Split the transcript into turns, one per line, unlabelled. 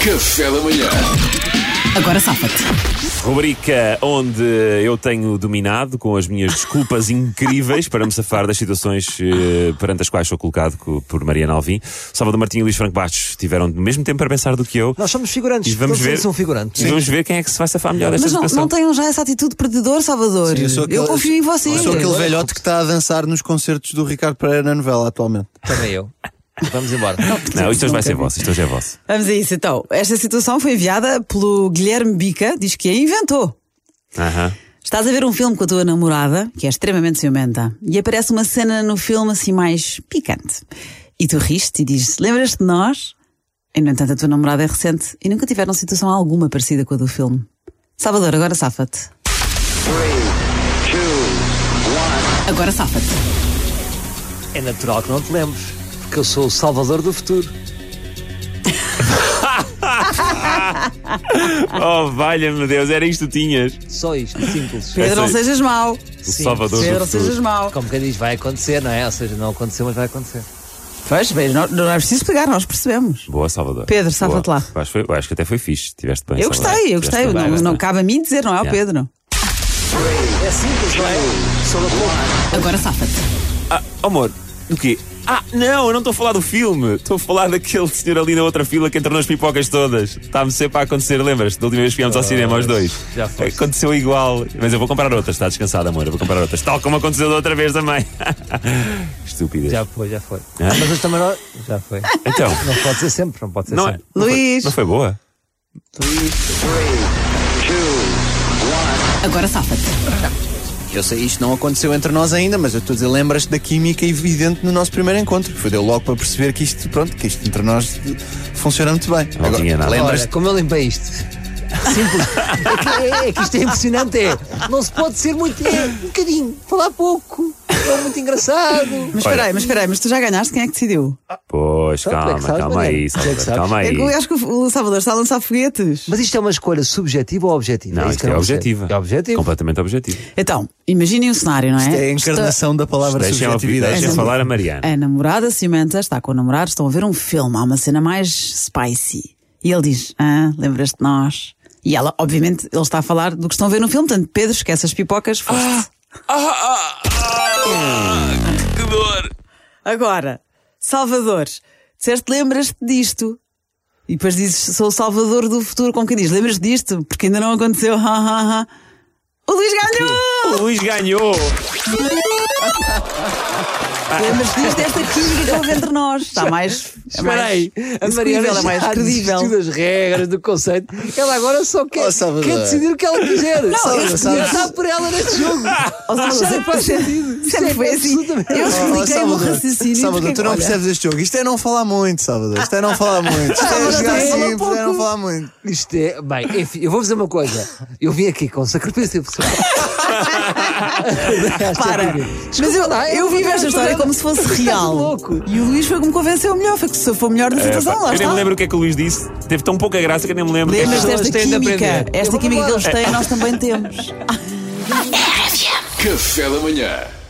Café da manhã.
Agora safa-te.
Rubrica onde eu tenho dominado com as minhas desculpas incríveis para me safar das situações eh, perante as quais sou colocado co- por Mariana Alvim. Salvador Martinho e Luís Franco Bastos tiveram o mesmo tempo para pensar do que eu.
Nós somos figurantes.
E vamos
Todos
ver,
são figurantes.
e vamos ver quem é que se vai safar melhor desta
Mas não,
situação.
não tenham já essa atitude perdedor, Salvador. eu, confio em vocês.
Sou aquele velhote que está a dançar nos concertos do Ricardo Pereira na novela atualmente.
Também eu. Vamos embora.
Não, isto hoje vai ser vosso, isto hoje é vosso.
Vamos a isso então. Esta situação foi enviada pelo Guilherme Bica, diz que a inventou.
Aham.
Estás a ver um filme com a tua namorada, que é extremamente ciumenta, e aparece uma cena no filme assim mais picante. E tu riste e dizes: Lembras-te de nós? E no entanto, a tua namorada é recente e nunca tiveram situação alguma parecida com a do filme. Salvador, agora safa-te. Agora safa-te.
É natural que não te lembres, porque eu sou o salvador do futuro.
Oh, valha-me Deus, era isto que tu tinhas.
Só isto, simples.
Pedro, não
aí.
sejas mau.
O Salvador
Pedro,
do
não
futuro.
sejas mau.
Como quem diz, vai acontecer, não é? Ou seja, não aconteceu, mas vai acontecer.
Pois, bem, não, não é preciso pegar, nós percebemos.
Boa, Salvador.
Pedro,
Boa.
safa-te lá.
Acho, que foi- acho que até foi fixe, tiveste bem.
Eu
Salvador.
gostei, eu
Tiveste
gostei.
bem,
Não,
tiveste
não
bem.
cabe a mim dizer, não é ao
Yeah.
Pedro.
É simples, não é?
Agora safa-te.
Ah, amor, o quê? Ah, não, eu não estou a falar do filme. Estou a falar daquele senhor ali na outra fila que entrou nas pipocas todas. Está-me sempre a acontecer, lembras-te? Da última vez que viemos ao cinema, aos dois.
Ah, já foste.
Aconteceu igual. Mas eu vou comprar outras, está descansado, amor. Eu vou comprar outras. Tal como aconteceu da outra vez também. Estúpida.
Já foi, já foi.
É.
Mas hoje também não... Já foi.
Então,
Não pode ser sempre, não pode ser
não, é-
sempre.
não foi-
Luís.
Não foi boa?
Agora safa-te.
Eu sei, isto não aconteceu entre nós ainda, mas eu estou a dizer, lembras-te da química evidente no nosso primeiro encontro. Foi deu logo para perceber que isto, pronto, que isto entre nós eh, funciona muito bem.
Não tinha nada.
Olha,
lembras-te?
como eu limpei isto. Simples. É que, é, é que isto é impressionante, é. Não se pode ser muito. É um bocadinho, falar pouco. É muito engraçado.
Mas espera aí, mas espera aí, mas tu já ganhaste, quem é que decidiu?
Pois,
Então, tu é
calma,
que sabes,
calma
Mariana.
aí,
Tu é que
Salvador,
sabes.
calma aí.
Eu acho que o Salvador está a lançar foguetes.
Mas isto é uma escolha subjetiva ou objetiva?
Não,
isso
isto
que eu
é
percebo.
objetivo.
É objetivo.
Completamente objetivo.
Então, imaginem um cenário, não é?
Isto é a encarnação da palavra
Deixem-me
subjetividade.
É
deixem falar a Mariana.
A namorada ciumenta está com o namorado, estão a ver um filme, há uma cena mais spicy. E ele diz: Ah, lembras-te de nós? E ela, obviamente, ele está a falar do que estão a ver no filme, portanto, Pedro, esquece as pipocas, foste. Agora, Salvador, disseste lembras-te disto? E depois dizes, sou o Salvador do futuro, como quem diz, lembras-te disto? Porque ainda não aconteceu. Ha, ha, ha. O Luís ganhou!
O Luís ganhou!
Lembras-te disto? Esta química que houve entre nós. Está mais. É
Espera
mais
aí, a Mariana
execuível, é mais
já desistiu
credível.
das regras, do conceito. Ela agora só quer,
Oh, Salvador.
quer decidir o que ela quiser.
Salvador,
Ela
sabes-
está por ela neste jogo.
Ou seja,
Isto não é faz sentido. Isto
Sempre
é
foi assim.
absolutamente-
Eu
Oh,
expliquei o meu
Salvador,
raciocínio.
Salvador,
porque-
tu não
olha,
percebes este jogo. Isto é não falar muito, Salvador. Isto é não falar muito. Isto é
Salvador,
jogar
fala
simples, é não
pouco.
falar muito.
Isto é. Bem, enfim, eu vou dizer uma coisa. Eu vim aqui com sacrifício pessoal. é
Para. Mas eu, eu vivo esta história como se fosse real.
louco.
E o Luís foi que me convenceu melhor. Foi que se eu for melhor na
É,
situação, lá
eu nem
está.
me lembro o que é que o Luís disse. Teve tão pouca graça que eu nem me lembro. o que é que
Lembras
Estas pessoas
desta
têm de
química?
aprender. Eu
Esta
vou
química que
embora.
eles têm, nós também temos.
Café da manhã.